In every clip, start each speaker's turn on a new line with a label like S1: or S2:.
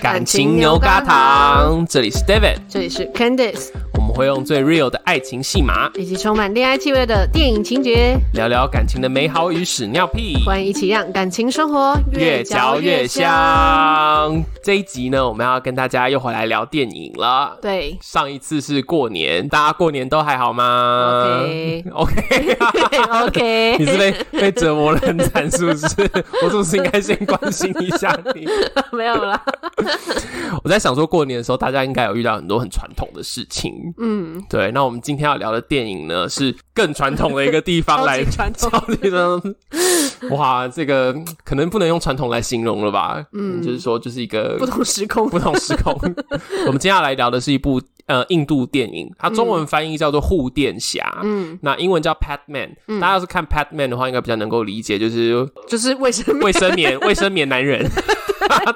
S1: 感情牛轧糖，这里是 David，
S2: 这里是 Candice，
S1: 我们会用最 real 的爱情戏码
S2: 以及充满恋爱气味的电影情节，
S1: 聊聊感情的美好与屎尿屁。
S2: 欢迎一起让感情生活
S1: 越嚼越香。这一集呢，我们要跟大家又回来聊电影了。
S2: 对
S1: 上一次是过年，大家过年都还好吗
S2: OK
S1: OK 你
S2: ，OK，
S1: 是被被折磨的很惨，是不 是？我是不是应该先关心一下你？
S2: 没有了。
S1: 我在想说，过年的时候大家应该有遇到很多很传统的事情。
S2: 嗯，
S1: 对，那我们今天要聊的电影呢，是更传统的一个地方
S2: 超级
S1: 来
S2: 传统
S1: 超级传统哇，这个可能不能用传统来形容了吧？嗯，就是说，就是一个
S2: 不同时空
S1: 不同时 空。我们接下来聊的是一部呃印度电影，它中文翻译叫做《护垫侠》，嗯，那英文叫 Pat Man、大家
S2: 嗯
S1: 要是看 Pat Man 的话，应该比较能够理解，就是
S2: 就是卫生 棉
S1: 卫生棉卫生棉 男人。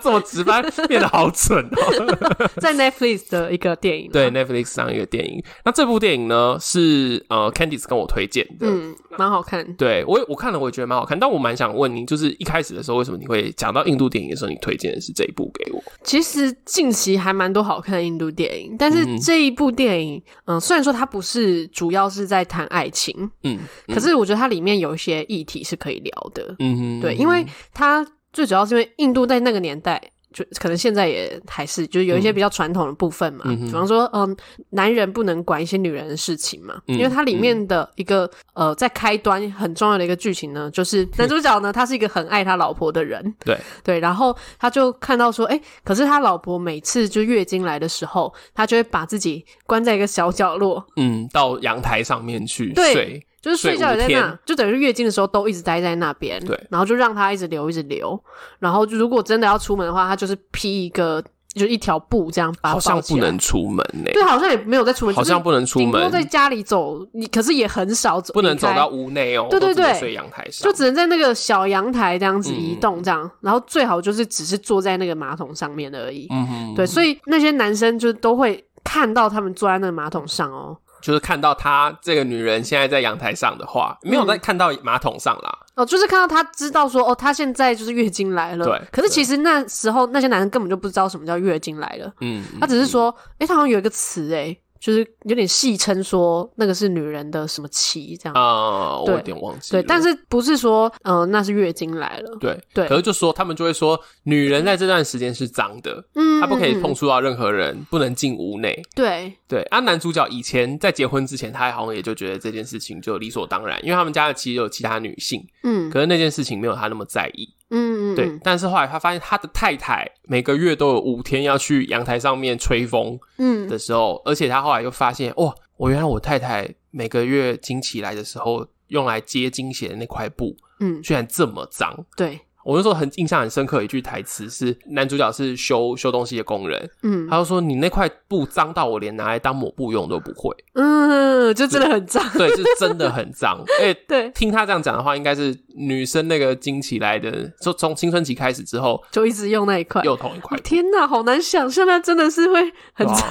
S1: 这么直翻变得好蠢哦！
S2: 在 Netflix 的一个电影。
S1: 对，，Netflix 上一个电影，那这部电影呢是呃 Candice 跟我推荐的，
S2: 嗯，蛮好看。
S1: 对我我看了我也觉得蛮好看，但我蛮想问你，就是一开始的时候为什么你会讲到印度电影的时候，你推荐的是这一部给我？
S2: 其实近期还蛮多好看的印度电影，但是这一部电影，嗯、虽然说它不是主要是在谈爱情，
S1: 嗯
S2: 可是我觉得它里面有一些议题是可以聊的。
S1: 嗯哼，
S2: 对，因为它最主要是因为印度在那个年代。就可能现在也还是，就是有一些比较传统的部分嘛，比方说，嗯，男人不能管一些女人的事情嘛，
S1: 嗯
S2: 因为它里面的一个呃，在开端很重要的一个剧情呢，就是男主角呢，他是一个很爱他老婆的人，
S1: 嗯 对，
S2: 对，然后他就看到说，哎，可是他老婆每次就月经来的时候，他就会把自己关在一个小角落，
S1: 嗯，到阳台上面去
S2: 对
S1: 睡，
S2: 就是睡觉也在
S1: 睡五
S2: 那
S1: 天，
S2: 就等于是月经的时候都一直待在那边，
S1: 对
S2: 然后就让他一直流，一直流，然后就如果真的要出门的话，他就是披一个就一条布这样把它
S1: 好像
S2: 包起
S1: 不
S2: 来
S1: 能，出门呢、
S2: 对，好像也没有在出门，
S1: 好像
S2: 就是
S1: 不能出
S2: 顶多
S1: 门，
S2: 在家里走，你可是也很少走，
S1: 不能走
S2: 离开
S1: 到屋内哦，
S2: 对对
S1: 都只能
S2: 对
S1: 睡阳台上
S2: 就。只能在那个小阳台这样子
S1: 嗯
S2: 移动，这样，然后最好就是只是坐在那个马桶上面而已。
S1: 嗯哼，
S2: 对，所以那些男生就都会看到他们坐在那个马桶上哦。
S1: 就是看到她这个女人现在在阳台上的话，没
S2: 嗯
S1: 有在看到马桶上啦。
S2: 哦，就是看到他知道说，哦，他现在就是月经来了。
S1: 对
S2: 可是其实那时候那些男生根本就不知道什么叫月经来了，
S1: 嗯，
S2: 他只是说，诶，他好像有一个词，诶，就是有点戏称说那个是女人的什么期这样。
S1: 啊，我
S2: 对
S1: 有点忘记了。
S2: 对，但是不是说，嗯、那是月经来了。
S1: 对
S2: 对
S1: 可是就说他们就会说，女人在这段时间是脏的，
S2: 嗯，
S1: 她不可以
S2: 嗯。
S1: 碰
S2: 嗯
S1: 触到任何人，不能进屋内。
S2: 对，
S1: 对，啊，男主角以前在结婚之前，他好像也就觉得这件事情就理所当然，因为他们家其实有其他女性，
S2: 嗯
S1: 可是那件事情没有他那么在意。
S2: 嗯嗯，
S1: 对
S2: 嗯，，
S1: 但是后来他发现他的太太每个月都有五天要去阳台上面吹风
S2: 嗯，
S1: 的时候，而且他后来又发现，哇，我原来我太太每个月经期来的时候用来接经血的那块布，
S2: 嗯，
S1: 居然这么脏。
S2: 对，
S1: 我那时候很印象很深刻的一句台词是，男主角是修修东西的工人，
S2: 嗯
S1: 他就说你那块布脏到我连拿来当抹布用都不 会，
S2: 嗯，就真的很脏。
S1: 对，是真的 很脏。哎，
S2: 对，
S1: 听他这样讲的话，应该是女生那个经期来的，就从青春期开始之后
S2: 就一直用那一块。
S1: 又同一块
S2: 我天呐，好难想象，那真的是会很
S1: 哇
S2: 长。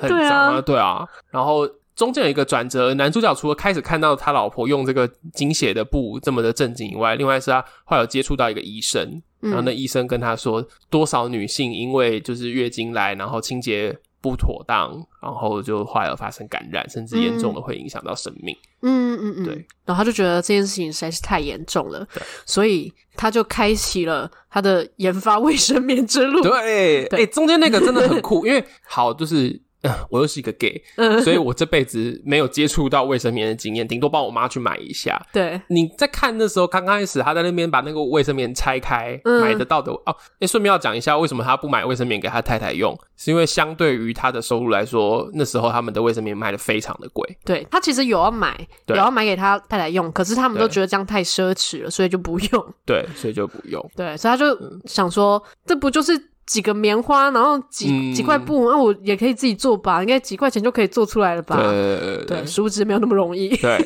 S1: 很
S2: 对啊
S1: 脏啊，对啊。然后中间有一个转折，呃男主角除了开始看到他老婆用这个精血的布这么的震惊以外，另外是他后来有接触到一个医生，
S2: 嗯
S1: 然后那医生跟他说，多少女性因为就是月经来，然后清洁。不妥当，然后就后来有发生感染，甚至严重的会影响到生命。
S2: 嗯嗯嗯，
S1: 对。
S2: 然后他就觉得这件事情实在是太严重了，所以他就开启了他的研发卫生棉之路。
S1: 对，哎、
S2: 嗯对
S1: 中间那个真的很酷，因为 好就是。呃我又是一个 gay，
S2: 嗯
S1: 所以我这辈子没有接触到卫生棉的经验，顶多帮我妈去买一下。
S2: 对
S1: 你在看的时候，刚开始他在那边把那个卫生棉拆开，
S2: 嗯
S1: 买得到的哦。哎、顺便要讲一下，为什么他不买卫生棉给他太太用，是因为相对于他的收入来说，那时候他们的卫生棉卖的非常的贵。
S2: 对，他其实有要买，有
S1: 对
S2: 要买给他太太用，可是他们都
S1: 对嗯
S2: 觉得这样太 奢侈了，所以就不用。
S1: 对，所以就不用。
S2: 对，所以他就想说，这不就是几个棉花，然后几、
S1: 嗯
S2: 几块布，那、我也可以自己做吧，应该几块钱就可以做出来了吧？
S1: 对
S2: 啊对，殊不知没有那么容易。
S1: 对，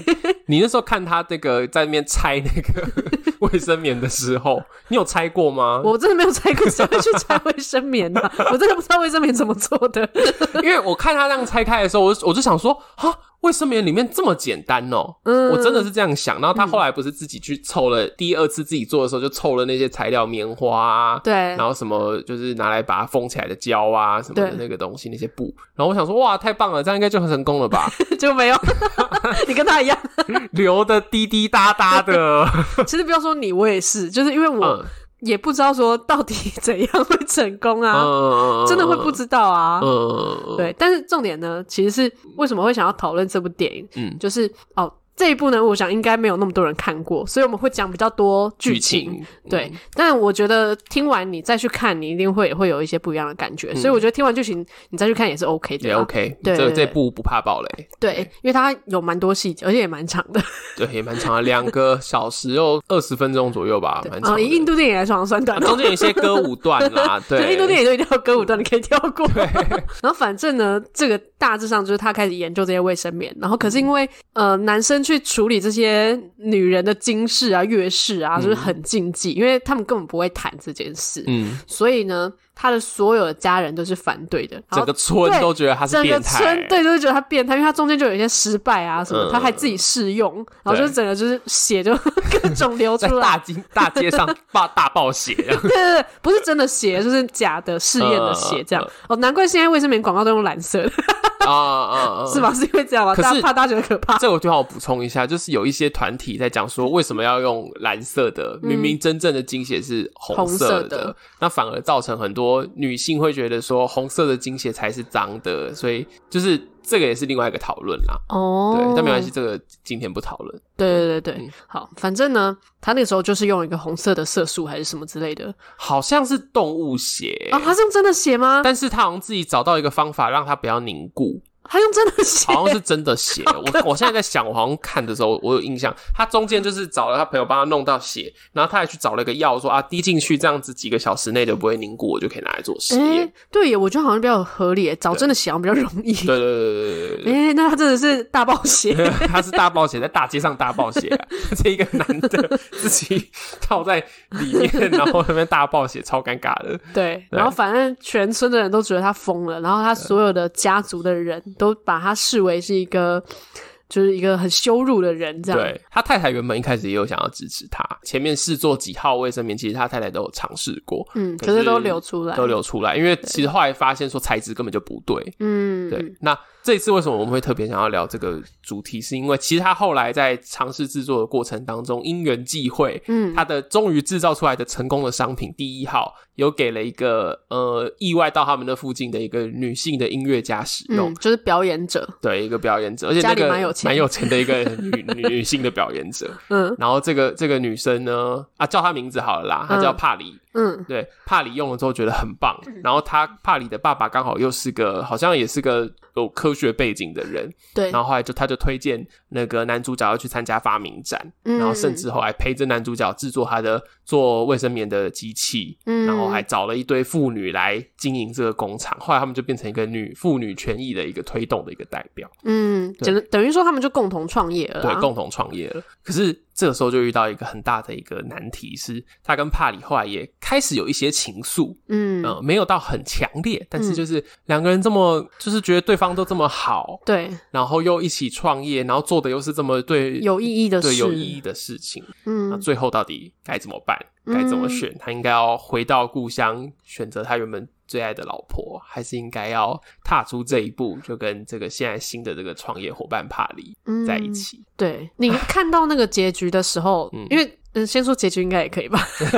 S1: 你那时候看他那个在那边拆那个 卫生棉的时候，你有拆过吗？
S2: 我真的没有拆过，谁会去拆卫生棉呢、我真的不知道卫生棉怎么做 的。
S1: 因为我看他这样拆开的时候，我就我就想说，哈，卫生棉里面这么简单哦、
S2: 嗯
S1: 我真的是这样想。然后他后来不是自己去凑了，第二次自己做的时候就凑了那些材料，棉花、啊，
S2: 对
S1: 然，后什么就是拿来把它封起来的胶啊什么的
S2: 对
S1: 那个东西那些布。然后我想说，哇，太棒了，这样应该就很成功了吧？
S2: 就没 有。你跟他一样，
S1: 流的滴滴答答的，
S2: 其实不要说你，我也是，就是因为我
S1: 嗯
S2: 也不知道说到底怎样会成功啊，
S1: 嗯
S2: 真的会不知道啊。
S1: 嗯，
S2: 对，但是重点呢，其实是为什么会想要讨论这部电影，
S1: 嗯
S2: 就是哦。这一部呢，我想应该没有那么多人看过，所以我们会讲比较多
S1: 剧
S2: 剧
S1: 情
S2: 对，但我觉得听完你再去看，你一定会会有一些不一样的感觉。所以我觉得听完剧情你再去看也是 OK 的
S1: 也
S2: 啦。
S1: OK，
S2: 对
S1: 这
S2: 对
S1: 这
S2: 对
S1: 部不怕暴雷，
S2: 对，因为它有蛮多细节，而且也蛮长的。
S1: 对，也蛮长的，两个小时又二十分钟左右吧，蛮长
S2: 啊，
S1: 的。
S2: 以印度电影来说好像算短
S1: 啊
S2: 的。
S1: 中间有一些歌舞段 啦，
S2: 所以
S1: 对，
S2: 印度电影就一定要歌舞段，你可以跳过。 然后反正呢，这个大致上就是他开始研究这些卫生棉，然后可是因为、呃男生去处理这些女人的经事啊、月事啊，就是很禁忌，因为他们根本不会谈这件事，
S1: 嗯，
S2: 所以呢，他的所有的家人都是反对的，然
S1: 整
S2: 后
S1: 个村都觉得他是
S2: 整个
S1: 变态
S2: 村，对都觉得他变态，因为他中间就有一些失败啊什么，
S1: 嗯
S2: 他还自己试用，然后
S1: 对
S2: 就整个就是血就 各种流
S1: 在
S2: 出来
S1: 大，街大街上大大暴血，
S2: 对对对， 不是真的血，就是假的试验的血这样
S1: 嗯。
S2: 哦，难怪现在卫生棉广告都用蓝色的，
S1: 啊啊啊，
S2: 是？吗？是因为这样吗？
S1: 可是
S2: 大家怕大家觉得可怕。
S1: 这个我就好补充一下，就是有一些团体在讲说，为什么要用蓝色的？明明真正的经血是
S2: 嗯
S1: 红色
S2: 红色的
S1: 那反而造成很多女性会觉得说红色的经血才是脏的，所以就是这个也是另外一个讨论啦。
S2: 哦
S1: 对，但没关系，。这个今天不讨论。
S2: 对对对对
S1: 嗯，
S2: 好，反正呢，他那个时候就是用一个红色的色素还是什么之类的
S1: 好像是动物血，
S2: 啊，他是用真的血吗？
S1: 但是他好像自己找到一个方法让它不要凝固，
S2: 他用真的血，
S1: 好像是真的血。我我现在在想，我好像看的时候我有印象，他中间就是找了他朋友帮他弄到血，然后他还去找了一个药说啊滴进去这样子几个小时内就不会凝固，我就可以拿来做实验。
S2: 哎，对耶，我觉得好像比较合理耶，找真的血好像比较容易。
S1: 对对对对对对对。
S2: 哎，那他真的是大暴 血，
S1: 他是大暴血，在大街上大暴血、啊，这一个男的自己套在里面，然后那边大暴血，超尴尬的。
S2: 对，然后反正全村的人都觉得他疯了，然后他所有的家族的人都把他视为是一个，就是一个很羞辱的人这样。
S1: 对他太太原本一开始也有想要支持他，前面试做几号卫生棉，其实他太太都有尝试过，
S2: 嗯，可
S1: 可是
S2: 是都流出来，
S1: 都流出来，因为其实后来发现说材质根本就不对。
S2: 嗯，
S1: 对，那这次为什么我们会特别想要聊这个主题？是因为其实他后来在尝试制作的过程当中，因缘际会，
S2: 嗯，
S1: 他的终于制造出来的成功的商品第一号，有给了一个呃意外到他们那附近的一个女性的音乐家使用
S2: 嗯，，就是表演者，
S1: 对一个表演者，而且
S2: 家
S1: 那个
S2: 里蛮有钱
S1: 蛮有钱的一个女女女性的表演者。
S2: 嗯
S1: 然后这个这个女生呢，啊，叫她名字好了啦，她叫
S2: 嗯
S1: 帕里。
S2: 嗯
S1: 对，帕里用了之后觉得很棒。然后她帕里的爸爸刚好又是个，好像也是个有科学背景的人。
S2: 对，
S1: 然后后来就他就推荐那个男主角要去参加发明展，
S2: 嗯
S1: 然后甚至后来陪着男主角制作他的做卫生棉的机器。
S2: 嗯
S1: 然后还找了一堆妇女来经营这个工厂，后来他们就变成一个女妇女权益的一个推动的一个代表。
S2: 嗯，等等于说他们就共同创业了啊啦，
S1: 对，共同创业了。可是这个时候就遇到一个很大的一个难题是，他跟帕里后来也开始有一些情愫，
S2: 嗯
S1: 嗯、，没有到很强烈，但是
S2: 嗯
S1: 就是两个人这么，就是觉得对方都这么好，
S2: 对，
S1: 然后又一起创业，然后做的又是这么对
S2: 有意义的
S1: 对
S2: 事，
S1: 有意义的事情，那
S2: 嗯
S1: 最后到底该怎么办？该怎么选？他应该要回到故乡，选择他原本最爱的老婆，还是应该要踏出这一步，就跟这个现在新的这个创业伙伴帕里
S2: 嗯
S1: 在一起？
S2: 对你看到那个结局的时候
S1: 嗯，啊
S2: 因为嗯，先说结局应该也可以吧？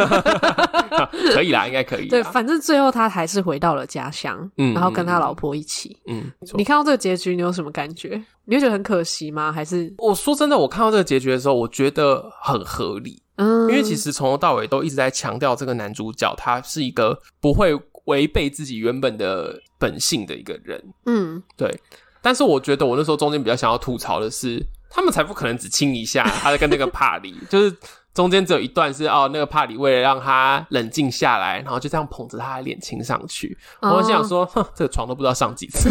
S1: 可以啦，应该可以啦。
S2: 对，反正最后他还是回到了家乡，
S1: 嗯
S2: 然后跟他老婆一起。
S1: 嗯，没错
S2: 你看到这个结局，你有什么感觉？你会觉得很可惜吗？还是
S1: 我说真的，我看到这个结局的时候，我觉得很合理，
S2: 嗯，
S1: 因为其实从头到尾都一直在强调这个男主角他是一个不会违背自己原本的本性的一个人。
S2: 嗯，
S1: 对，但是我觉得我那时候中间比较想要吐槽的是，他们才不可能只亲一下，他在跟那个帕里，就是 中间只有一段是哦，那个帕里为了让他冷静下来，然后就这样捧着他的脸亲上去。
S2: 哦
S1: 我心想说，哼，这个床都不知道上几次。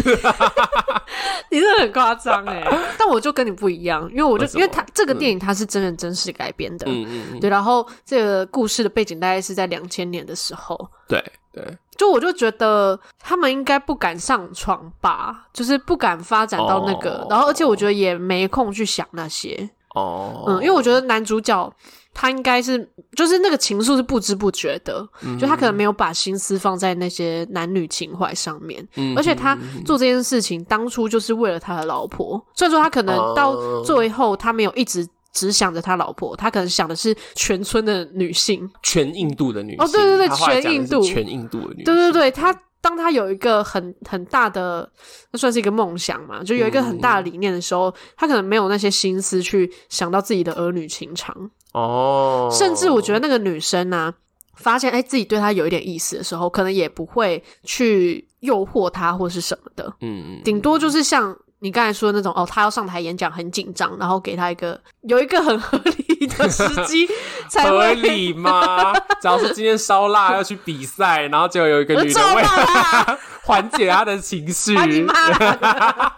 S2: 你真的很夸张哎！但我就跟你不一样，因为我就
S1: 欸为什
S2: 因
S1: 么
S2: 为他这个电影它是真人真事改编的，
S1: 嗯嗯嗯，
S2: 对，然后这个故事的背景大概是在两千年的时候，
S1: 对对，
S2: 就我就觉得他们应该不敢上床吧，就是不敢发展到那个，
S1: 哦
S2: 然后而且我觉得也没空去想那些，
S1: 哦，
S2: 嗯，因为我觉得男主角他应该是就是那个情愫是不知不觉的，
S1: 嗯
S2: 就他可能没有把心思放在那些男女情怀上面，
S1: 嗯
S2: 而且他做这件事情当初就是为了他的老婆，虽然说他可能到
S1: 哦
S2: 最后他没有一直。只想着他老婆，他可能想的是全村的女性。
S1: 全印度的女性
S2: 哦对对对
S1: 她后来讲的是
S2: 全印度
S1: 全印度的女性，
S2: 对对对，他当他有一个很很大的，那算是一个梦想嘛，就有一个很
S1: 嗯
S2: 大的理念的时候，他可能没有那些心思去想到自己的儿女情长。
S1: 哦，
S2: 甚至我觉
S1: 得
S2: 得那个女生呢、发现哎、自己对他有一点意思的时候，可能也不会去诱惑他或是什么的，
S1: 嗯嗯
S2: 顶多就是像你刚才说的那种哦，他要上台演讲很紧张，然后给他一个有一个很合理的时 机才
S1: 合
S2: 会。
S1: 理 吗？假如说今天烧腊要去比赛，然后结果有一个
S2: 我
S1: 女
S2: 知
S1: 的
S2: 道
S1: 为
S2: 啦，
S1: 缓解她 的情绪，
S2: 把 你妈！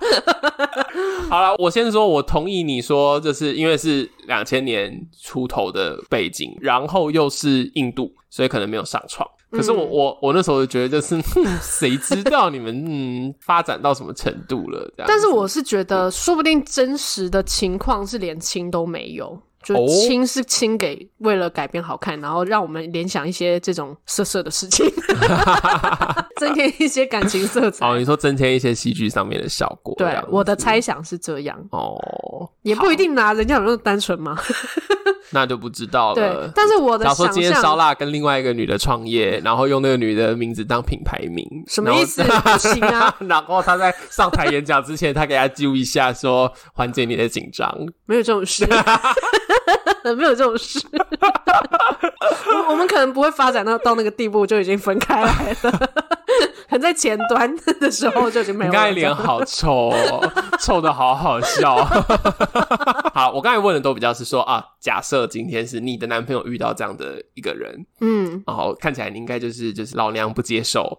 S1: 好了，我先说，我同意你说，就是因为是两千年出头的背景，然后又是印度，所以可能没有上床。可是我、
S2: 嗯
S1: 我我那时候就觉得，就是哼谁知道你们嗯发展到什么程度了？这样子，嗯
S2: 但是我是觉得，说不定真实的情况是连亲都没有，就
S1: 哦
S2: 亲是亲给为了改变好看，然后让我们联想一些这种色色的事 情，增添一些感情色彩。
S1: 哦，你说增添一些戏剧上面的效果，这
S2: 对
S1: 样，子
S2: 我的猜想是这样，
S1: 哦，
S2: 也不一定啦，人家有那么单纯嘛。
S1: 那就不知道
S2: 对
S1: 了，。
S2: 但是我的
S1: 假如说
S2: 想
S1: 今天烧
S2: 象
S1: 腊跟另外一个女的创业，然后用那个女的名字当品牌名，
S2: 什么意思？不行啊，
S1: 然后？ 然后他在上台演讲之前，他给他揪一下说缓解你的紧张。
S2: 没有这种 事，没有这种事。我我们可能不会发展到到那个地步，就已经分开来了。可能在前端的时候就已经没
S1: 你
S2: 有
S1: 刚才
S2: 了。
S1: 脸好臭、 哦，臭的好好笑。 好，我刚才问的都比较是说啊，假设今天是你的男朋友遇到这样的一个人，
S2: 嗯，
S1: 然后看起来你应该就是就是老娘不接受。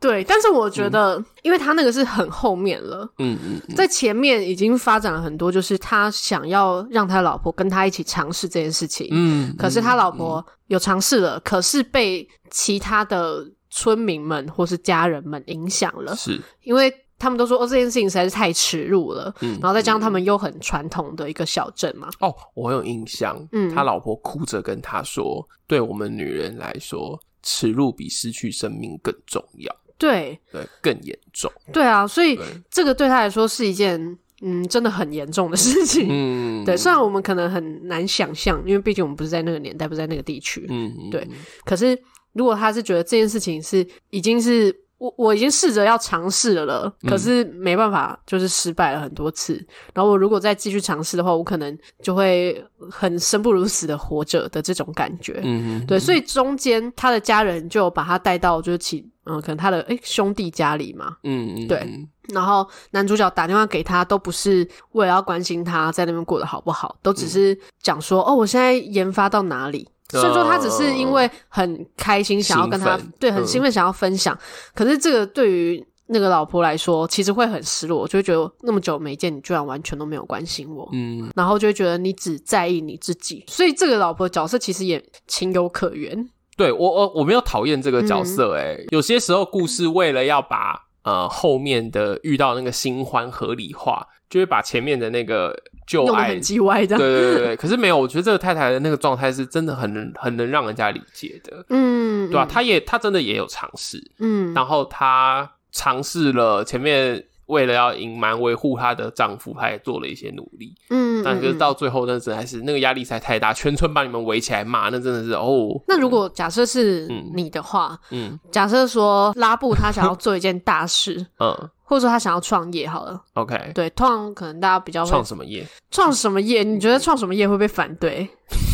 S2: 对。但是我觉得，因为他那个是很后面了，
S1: 嗯嗯
S2: 在前面已经发展了很多，就是他想要让他老婆跟他一起尝试这件事情。
S1: 嗯，
S2: 可是他老婆有尝试了，可是被其他的村民们或是家人们影响了，
S1: 是
S2: 因为他们都说哦这件事情实在是太耻辱了，
S1: 嗯
S2: 然后再加上他们又很传统的一个小镇嘛，
S1: 哦，我有印象，
S2: 嗯
S1: 他老婆哭着跟他说，对我们女人来说，耻辱比失去生命更重要，
S2: 对
S1: 对，更严重，
S2: 对啊，所以
S1: 嗯对，
S2: 这个对他来说是一件嗯真的很严重的事情。
S1: 嗯，
S2: 对，虽然我们可能很难想象，因为毕竟我们不是在那个年代，不是在那个地区。
S1: 嗯，嗯，
S2: 对可是如果他是觉得这件事情是已经是我我已经试着要尝试了了，
S1: 嗯
S2: 可是没办法，就是失败了很多次。然后我如果再继续尝试的话，我可能就会很生不如死的活着的这种感觉。
S1: 嗯，嗯，
S2: 对，所以中间他的家人就把他带到就是其嗯、可能他的诶、兄弟家里嘛，
S1: 嗯嗯，
S2: 对
S1: 嗯，
S2: 然后男主角打电话给他，都不是为了要关心他在那边过得好不好，都只是讲说、哦，我现在研发到哪里。
S1: 嗯哦
S2: 虽然说他只是因为很开心，想要跟他
S1: 兴奋
S2: 对很
S1: 嗯
S2: 兴奋想要分享，可是这个对于那个老婆来说，其实会很失落，就会觉得那么久没见，你居然完全都没有关心我，
S1: 嗯，
S2: 然后就会觉得你只在意你自己，所以这个老婆角色其实也情有可原。
S1: 对我我我没有讨厌这个
S2: 嗯
S1: 角色、欸，哎、有些时候故事为了要把呃后面的遇到那个新欢合理化，就会把前面的那个旧
S2: 弄得
S1: 爱
S2: 很。叽歪这
S1: 对
S2: 样。
S1: 对对对对，可是没有，我觉得这个太太的那个状态是真的很能很能让人家理解的。
S2: 嗯，
S1: 对啊吧、他也他真的也有尝试，
S2: 嗯，
S1: 然后他尝试了前面为了要隐瞒维护她的丈夫，她也做了一些努力，
S2: 嗯，嗯，
S1: 但是
S2: 嗯
S1: 到最后那真的还是那个压力实在太大，全村把你们围起来骂，那真的是哦，
S2: 那如果假设是
S1: 嗯
S2: 你的话，
S1: 嗯
S2: 假设说拉布他想要做一件大事，
S1: 嗯
S2: 或者说他想要创业好了，
S1: ，OK，
S2: 对，通常可能大家比较会
S1: 创什么业？
S2: 创什么业？你觉得创什么业会被反对？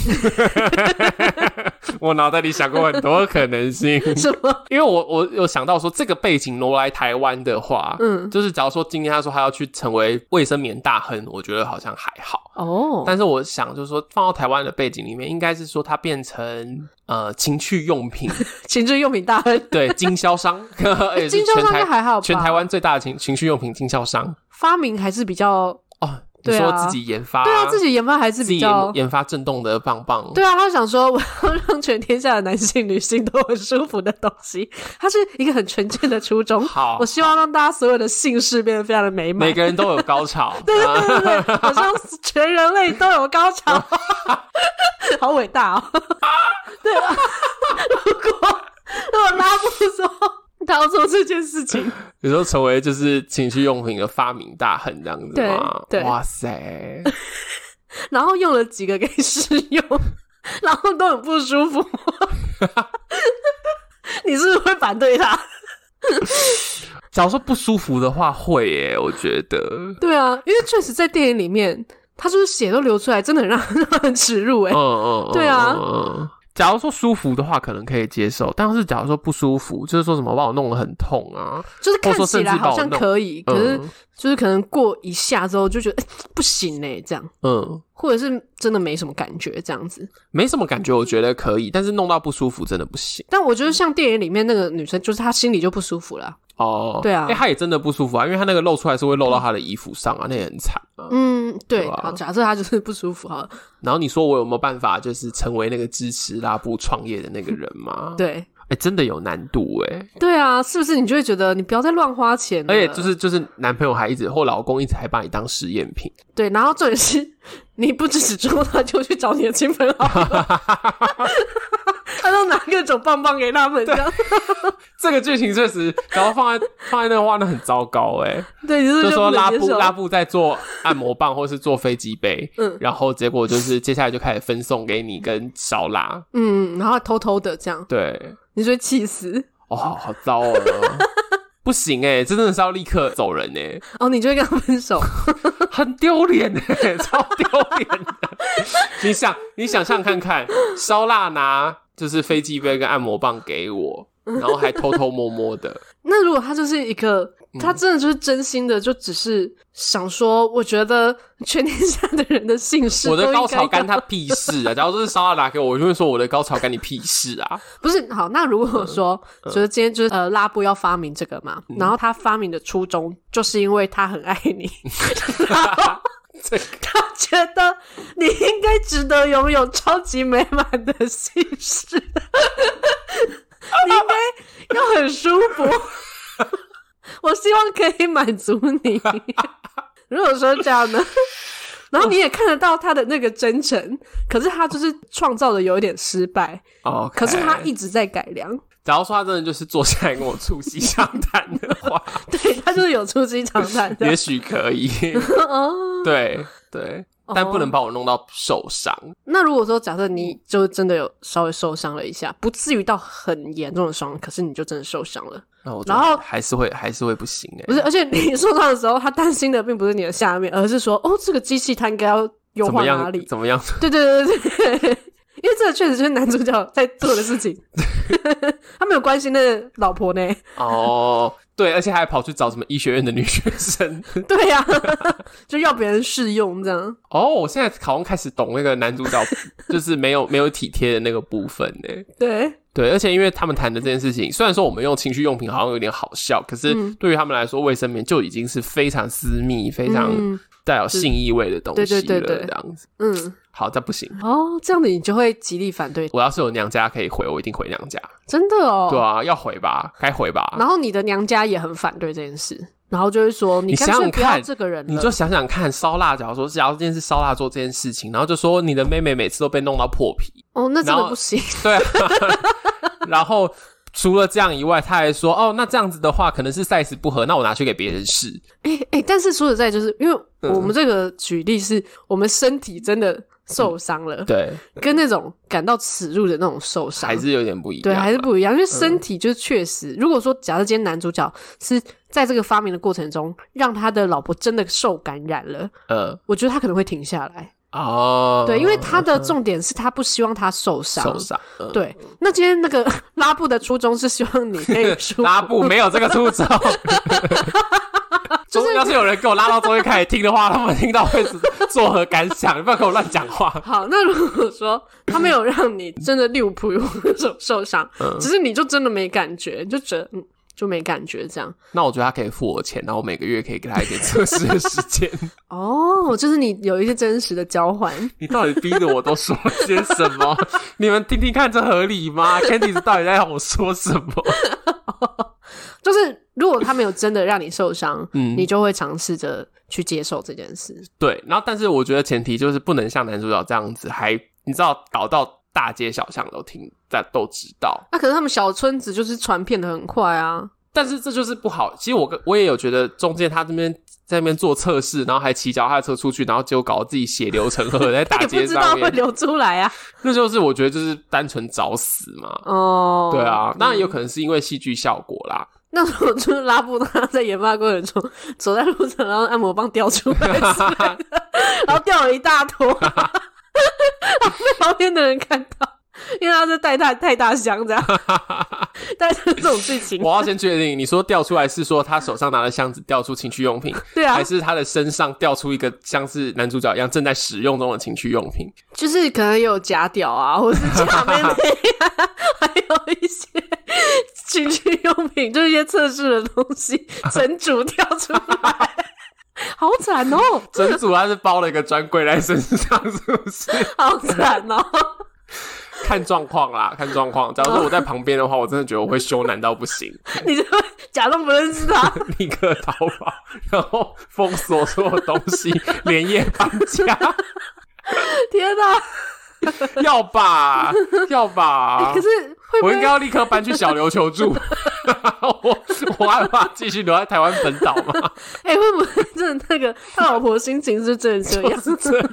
S1: 我脑袋里想过很多可能性，
S2: 什么？
S1: 因为我我有想到说，这个背景挪来台湾的话，
S2: 嗯，
S1: 就是假如说今天他说他要去成为卫生棉大亨，我觉得好像还好。
S2: 哦，
S1: 但是我想就是说，放到台湾的背景里面，应该是说它变成呃情趣用 品，
S2: 情趣用品大亨，
S1: 对经销商， 也是
S2: 经销
S1: 全
S2: 商应该
S1: 台
S2: 还好吧？
S1: 全台湾最大的情情趣用品经销商
S2: 发明还是比较，
S1: 哦。你
S2: 对
S1: 说
S2: 啊
S1: 自己研发，
S2: 对啊，自己研发还是
S1: 自己
S2: 比
S1: 研
S2: 较。
S1: 研发震动的棒棒，
S2: 对啊，他想说 我要让全天下的男性、女性都很舒服的东西，它是一个很纯正的初衷。
S1: 好
S2: 我希望让大家所有的性事变得非常的美满
S1: 每。个人都有高潮， 啊
S2: 对 对对对对，好像全人类都有高潮， 好伟大 哦！对啊，如果如果拉布说他要做这件事 情，
S1: 有时候成为就是情趣用品的发明大亨这样子
S2: 对
S1: 嘛，
S2: 对
S1: 哇塞，
S2: 然后用了几个给试用， 然后都很不舒 服，你是不是会反对他？
S1: 假如说不舒服的话，会耶，我觉得，
S2: 对啊，因为确实在电影里面，他就是血都流出来，真的很让让人耻辱哎、
S1: 嗯嗯，嗯
S2: 对啊
S1: 嗯嗯嗯假如说舒服的话，可能可以接受，但是假如说不舒服，就是说什么把我弄得很痛啊，
S2: 就是看
S1: 或者说
S2: 起
S1: 甚至
S2: 来
S1: 把
S2: 好
S1: 我
S2: 像
S1: 弄
S2: 可以，可是
S1: 嗯
S2: 就是可能过一下之后就觉得、哎不行哎、这样。
S1: 嗯，
S2: 或者是真的没什么感觉这样子。
S1: 没什么感觉，我觉得可以，但是弄到不舒服真的不行
S2: 但我觉得像电影里面那个女生，就是她心里就不舒服了。
S1: 哦。
S2: 对啊
S1: 哎、他也真的不舒服啊，因为他那个露出来是会露到他的衣服上啊，那也很惨啊。
S2: 嗯，对。
S1: 对啊
S2: 好，假设她就是不舒服哈。
S1: 然后你说我有没有办法，就是成为那个支持拉布创业的那个人吗？，
S2: 对
S1: 哎、真的有难度哎、
S2: 对啊，是不是你就会觉得你不要再乱花钱了？
S1: 而且就是就是男朋友还一直或老公一直还把你当实验品，
S2: 对，然后重点是你不支持之后，他就去找你的亲朋好 友，他都拿各种棒棒给他们，这样
S1: 这个剧情确实，然后放在放在那话那很糟糕哎、
S2: 对，你是不
S1: 就是说
S2: 不
S1: 拉
S2: 能接
S1: 布
S2: 受？
S1: 拉布在做按摩棒或是做飞机杯，
S2: 嗯
S1: 然后结果就是接下来就开始分送给你跟小拉，
S2: 嗯，然后偷偷的这样，
S1: 对，
S2: 你就会气死
S1: 哦，好好糟哦。 不行哎、这真的是要立刻走人哎、
S2: 哦，你就会跟他分手。
S1: 很丢脸哎，超丢脸的。你想，你想象看看，烧腊拿就是飞机杯跟按摩棒给我，然后还偷偷摸 摸的，
S2: 那如果他就是一个，
S1: 嗯
S2: 他真的就是真心的，就只是想说，我觉得全天下的人的姓氏，
S1: 我的高潮干他屁事啊！假如这是烧腊拿给我，我就会说我的高潮干你屁事啊！
S2: 不是好。那如
S1: 嗯
S2: 果说，觉得今天就是呃，拉布要发明这个嘛，然后他发明的初衷就是因为他很爱 你， 然后
S1: 这个
S2: 他觉得你应该值得拥有超级美满的姓 氏，你应该要很舒服。我希望可以满足你。如果说这样呢，然后你也看得到他的那个真诚，可是他就是创造的有一点失败，
S1: 哦，
S2: 可是他一直在改良，
S1: 假如说他真的就是坐下来跟我促膝相谈的 话，
S2: 对他就是有出击常态的哦
S1: 也。许可以。 对对，但不能把我弄到受伤。
S2: 那如果说假设
S1: 嗯
S2: 你就真的有稍微受伤了一下，不至于到很严重的伤，可是你就真的受伤了，
S1: 那我
S2: 然后
S1: 还是会还是会不行哎、
S2: 不是？而且你受伤的时候，他担心的并不是你的下面，而是说哦，这个机器它应该要优
S1: 怎
S2: 化
S1: 么
S2: 哪
S1: 样
S2: 里？
S1: 怎么样？
S2: 对对对对 对，因为这个确实就是男主角在做的事 情，他没有关心那个老婆呢。
S1: 哦，对，而且还跑去找什么医学院的女学生。
S2: 对呀、 就要别人试用这样。
S1: 哦，我现在好像开始懂那个男主角 就是没有没有体贴的那个部分欸呢。
S2: 对，
S1: 对，而且因为他们谈的这件事情，虽然说我们用情趣用品好像有点好笑，可是
S2: 嗯
S1: 对于他们来说，卫生棉就已经是非常私密、非常
S2: 嗯
S1: 带有性意味的东西
S2: 对对
S1: 了。
S2: 对对
S1: 这样子。
S2: 嗯，
S1: 好，这不行。
S2: 哦，这样子你就会极力反对，
S1: 我要是有娘家可以回，我一定回娘家。
S2: 真的哦。
S1: 对啊，要回吧，该回吧。
S2: 然后你的娘家也很反对这件事，然后就会说你
S1: 你
S2: 干
S1: 想
S2: 脆
S1: 想
S2: 不要
S1: 看
S2: 这个人了
S1: 你就想想看，烧腊，假如说，假如今天是烧腊做这件事情，然后就说你的妹妹每次都被弄到破皮，
S2: 哦，那真
S1: 然
S2: 的
S1: 后
S2: 不行。
S1: 对、啊， 然后除了这样以外，他还说，哦，那这样子的话，可能是 size 不合，那我拿去给别人试。
S2: 哎、哎、但是说实在，就是因为
S1: 嗯
S2: 我们这个举例是我们身体真的受伤了，
S1: 对，
S2: 跟那种感到耻辱的那种受伤
S1: 还是有点不一样。嗯
S2: 对，还是不一样，因为身体就是确实，如果说假设今天男主角是在这个发明的过程中，让他的老婆真的受感染了，
S1: 呃
S2: 我觉得他可能会停下来。
S1: 哦，
S2: 对，因为他的重点是他不希望他受伤。
S1: 受伤，嗯
S2: 对，那今天那个 拉布的初衷是希望你可以 舒服
S1: 拉布没有这个出 招。中要是有人给我拉到中间开始听的话，他们听到会是作何感想？你不要跟我乱讲话。
S2: 好，那如果说他没有让你真的六普 受受伤，
S1: 嗯
S2: 只是你就真的没感觉，你就觉得嗯就没感觉这样。
S1: 那我觉得他可以付我钱，然后我每个月可以给他一点测试的时间。
S2: 哦，就是你有一些真实的交换，
S1: 你到底逼着我都说了些什么？ 你们听听看，这合理吗？Candice 到底在让我说什么？
S2: 就是如果他没有真的让你受伤，
S1: 嗯
S2: 你就会尝试着去接受这件事。
S1: 对，然后但是我觉得前提就是不能像男主角这样子，还你知道搞到大街小巷都听，大家都知道。
S2: 那、啊可是他们小村子就是传遍的很快啊，
S1: 但是这就是不好。其实我跟我也有觉得，中间他这边在那边做测试，然后还骑脚踏车出去，然后结果搞得自己血流成河，在
S2: 他
S1: 大
S2: 也不
S1: 街
S2: 知道
S1: 上
S2: 会
S1: 面，
S2: 流出来啊。
S1: 那就是我觉得就是单纯找死嘛。
S2: 哦，
S1: 对啊，当然有可能是因为戏剧效果 啦。
S2: 那如果就是拉布他在研发过程中 走在路上，然后按摩棒掉出来之 类的，然后掉了一大坨，然后被旁边的人看到，因为他是带太太大箱这样， 但是这种事情，
S1: 我要先确定，你说掉出来是说他手上拿的箱子掉出情趣用品，
S2: 对 啊
S1: 还，是他的身上掉出一个像是男主角一样正在使用中的情趣用 品？
S2: 就是可能有假屌啊，或是假妹妹啊，还有一些情趣用品，就是一些测试的东西，整组掉出来， 好惨哦，
S1: 整组他是包了一个专柜在身上，是不是？
S2: 好惨哦。
S1: 看状况啦，看状况。假如说我在旁边的话，我真的觉得我会羞难到不行，
S2: 你就会假装不认识他，
S1: 立刻逃跑，然后封锁所有东西，连夜搬家。
S2: 天哪、
S1: 要吧，要吧。
S2: 哎可是会不
S1: 啊我应该
S2: 会
S1: 要立刻搬去小琉球住。我我害怕继续留在台湾本岛 吗？
S2: 哎、会不会真的那个他老婆心情是真的这 样？
S1: 是这样。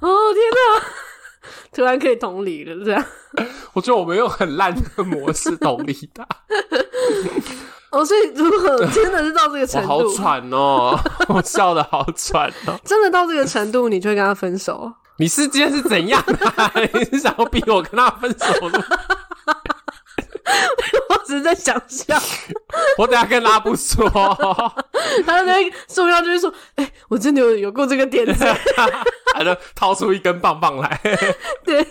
S2: 哦天哪、突然可以同理了，这样。
S1: 我觉得我们用很烂的模式同理他。
S2: 哦，所以如果真的是到这个
S1: 我
S2: 程
S1: 好
S2: 度，
S1: 喘哦， 我笑的好喘哦。
S2: 真的到这个程度，你就会跟他分手？
S1: 你是今天是怎样啊？你是想要逼我跟他分手是不是
S2: 我只是在想象，
S1: 我等下跟拉布说，
S2: 他在树上就会说：“哎、我真的有有过这个 点子。
S1: 还能掏出一根棒棒来，”
S2: 对，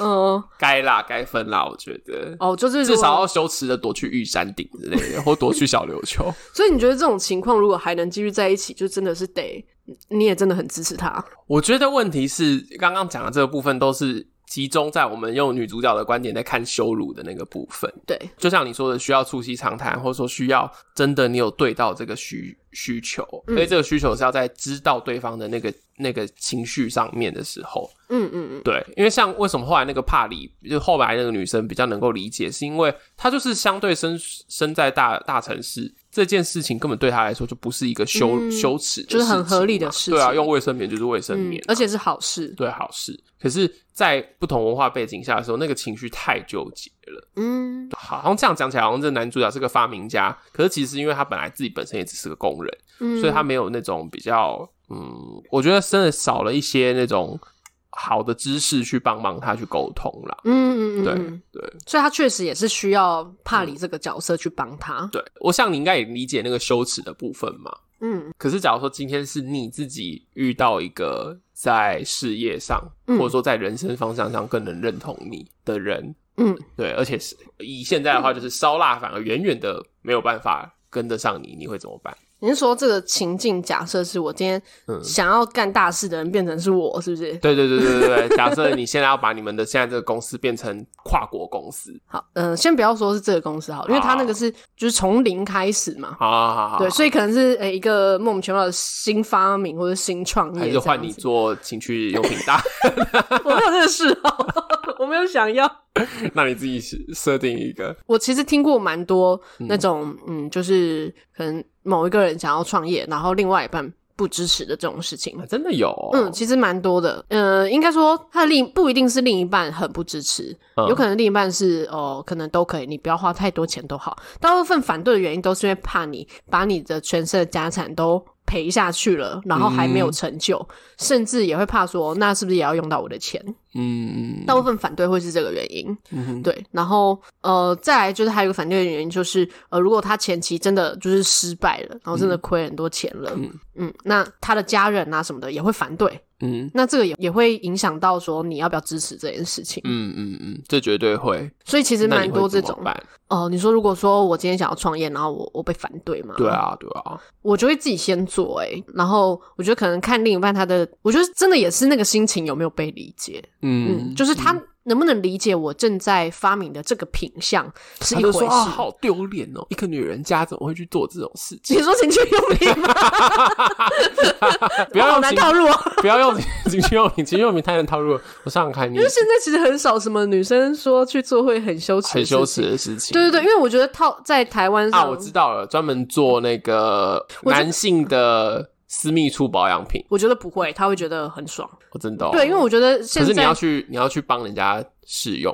S2: 嗯，
S1: 该啦，该分啦，我觉得。
S2: 哦，就是
S1: 至
S2: 如果
S1: 少要羞耻的躲去玉山顶之类 的，或躲去小琉球。
S2: 所以你觉得这种情况如果还能继续在一起，就真的是得你也真的很支持他。
S1: 我觉得问题是，刚刚讲的这个部分都是集中在我们用女主角的观点在看羞辱的那个部分。
S2: 对，
S1: 就像你说的，需要促膝长谈，或者说需要真的你有对到这个需需求，所以这个需求是要在知道对方的那个那个情绪上面的时候，
S2: 嗯嗯
S1: 对，因为像为什么后来那个帕里，就后来那个女生比较能够理解，是因为她就是相对身身在大大城市这件事情，根本对她来说就不是一个羞、
S2: 嗯
S1: 羞耻的事
S2: 就
S1: 情嘛，
S2: 是很合理的事
S1: 对啊，
S2: 情
S1: 用卫生棉就是卫生
S2: 嗯
S1: 棉啊
S2: 嗯，，而且是好事。
S1: 对好事。可是，在不同文化背景下的时候，那个情绪太纠结了。
S2: 嗯，
S1: 好像这样讲起来，好像这男主角是个发明家，可是其实因为他本来自己本身也只是个工人，
S2: 嗯
S1: 所以他没有那种比较，嗯，我觉得真的少了一些那种好的知识去帮忙他去沟通啦。
S2: 嗯嗯嗯，
S1: 对
S2: 嗯
S1: 对
S2: 所以他确实也是需要帕里这个角色去帮他。
S1: 对，我想你应该也理解那个羞耻的部分嘛。
S2: 嗯
S1: 可是，假如说今天是你自己遇到一个在事业上，
S2: 嗯
S1: 或者说在人生方向上更能认同你的人，
S2: 嗯，
S1: 对，而且是以现在的话，就是烧腊反而远远的没有办法跟得上你，你会怎么办？
S2: 你是说这个情境假设是我今天
S1: 嗯
S2: 想要干大事的人变成是我，是不是？
S1: 对对对对对对，假设你现在要把你们的现在这个公司变成跨国公司，
S2: 好，呃，先不要说是这个公司好了，因为他那个是就是从零开始嘛。
S1: 好好好好，
S2: 对，所以可能是呃一个莫名其妙的新发明或者新创业，
S1: 还是换你。做情趣用品大，
S2: 我没有这个嗜好，哦 我没有想要。
S1: 那你自己设定一个，
S2: 我其实听过蛮多那种，嗯就是可能某一个人想要创业，然后另外一半不支持的这种事情。
S1: 啊真的有哦、
S2: 嗯，其实蛮多的。呃，应该说他的另不一定是另一半很不支持，
S1: 嗯
S2: 有可能另一半是哦，可能都可以，你不要花太多钱都好。大部分反对的原因都是因为怕你把你的全身的家产都赔下去了，然后还没
S1: 嗯
S2: 有成就，甚至也会怕说，那是不是也要用到我的钱？
S1: 嗯，
S2: 大部分反对会是这个原因。
S1: 嗯哼
S2: 对，然后呃，再来就是还有一个反对的原因，就是呃，如果他前期真的就是失败了，然后真的亏很多钱了，
S1: 嗯
S2: 嗯那他的家人啊什么的也会反对，
S1: 嗯
S2: 那这个也也会影响到说你要不要支持这件事情。
S1: 嗯嗯嗯，这绝对会，
S2: 所以其实
S1: 那
S2: 蛮
S1: 你会
S2: 多这
S1: 怎么
S2: 种
S1: 办
S2: 哦、你说如果说我今天想要创业，然后我我被反对嘛，
S1: 对，啊，对啊，
S2: 我就会自己先做、欸，然后我觉得可能看另一半他的，我觉得真的也是那个心情有没有被理解，
S1: 嗯
S2: 嗯，，就是他能不能理解我正在发明的这个品相是
S1: 他
S2: 一
S1: 就
S2: 回
S1: 说
S2: 事。
S1: 啊，好丢脸哦，一个女人家怎么会去做这种事情？
S2: 你说情趣用品吗？
S1: 不要
S2: 啊好
S1: 用
S2: 难
S1: 情，
S2: 套路哦。
S1: 不要用情趣用品，情趣用品太难套路了，我上看你
S2: 因为现在其实很少什么女生说去做会很羞耻，
S1: 很羞耻。的事情。
S2: 对对对，因为我觉得套在台湾上，
S1: 啊，我知道了，专门做那个
S2: 我知
S1: 男性的私密处保养品，
S2: 我觉得不会，他会觉得很爽。
S1: 我真的哦
S2: 对，因为我觉得现
S1: 可是你
S2: 在，
S1: 要
S2: 我
S1: 去，你要去帮人家试用，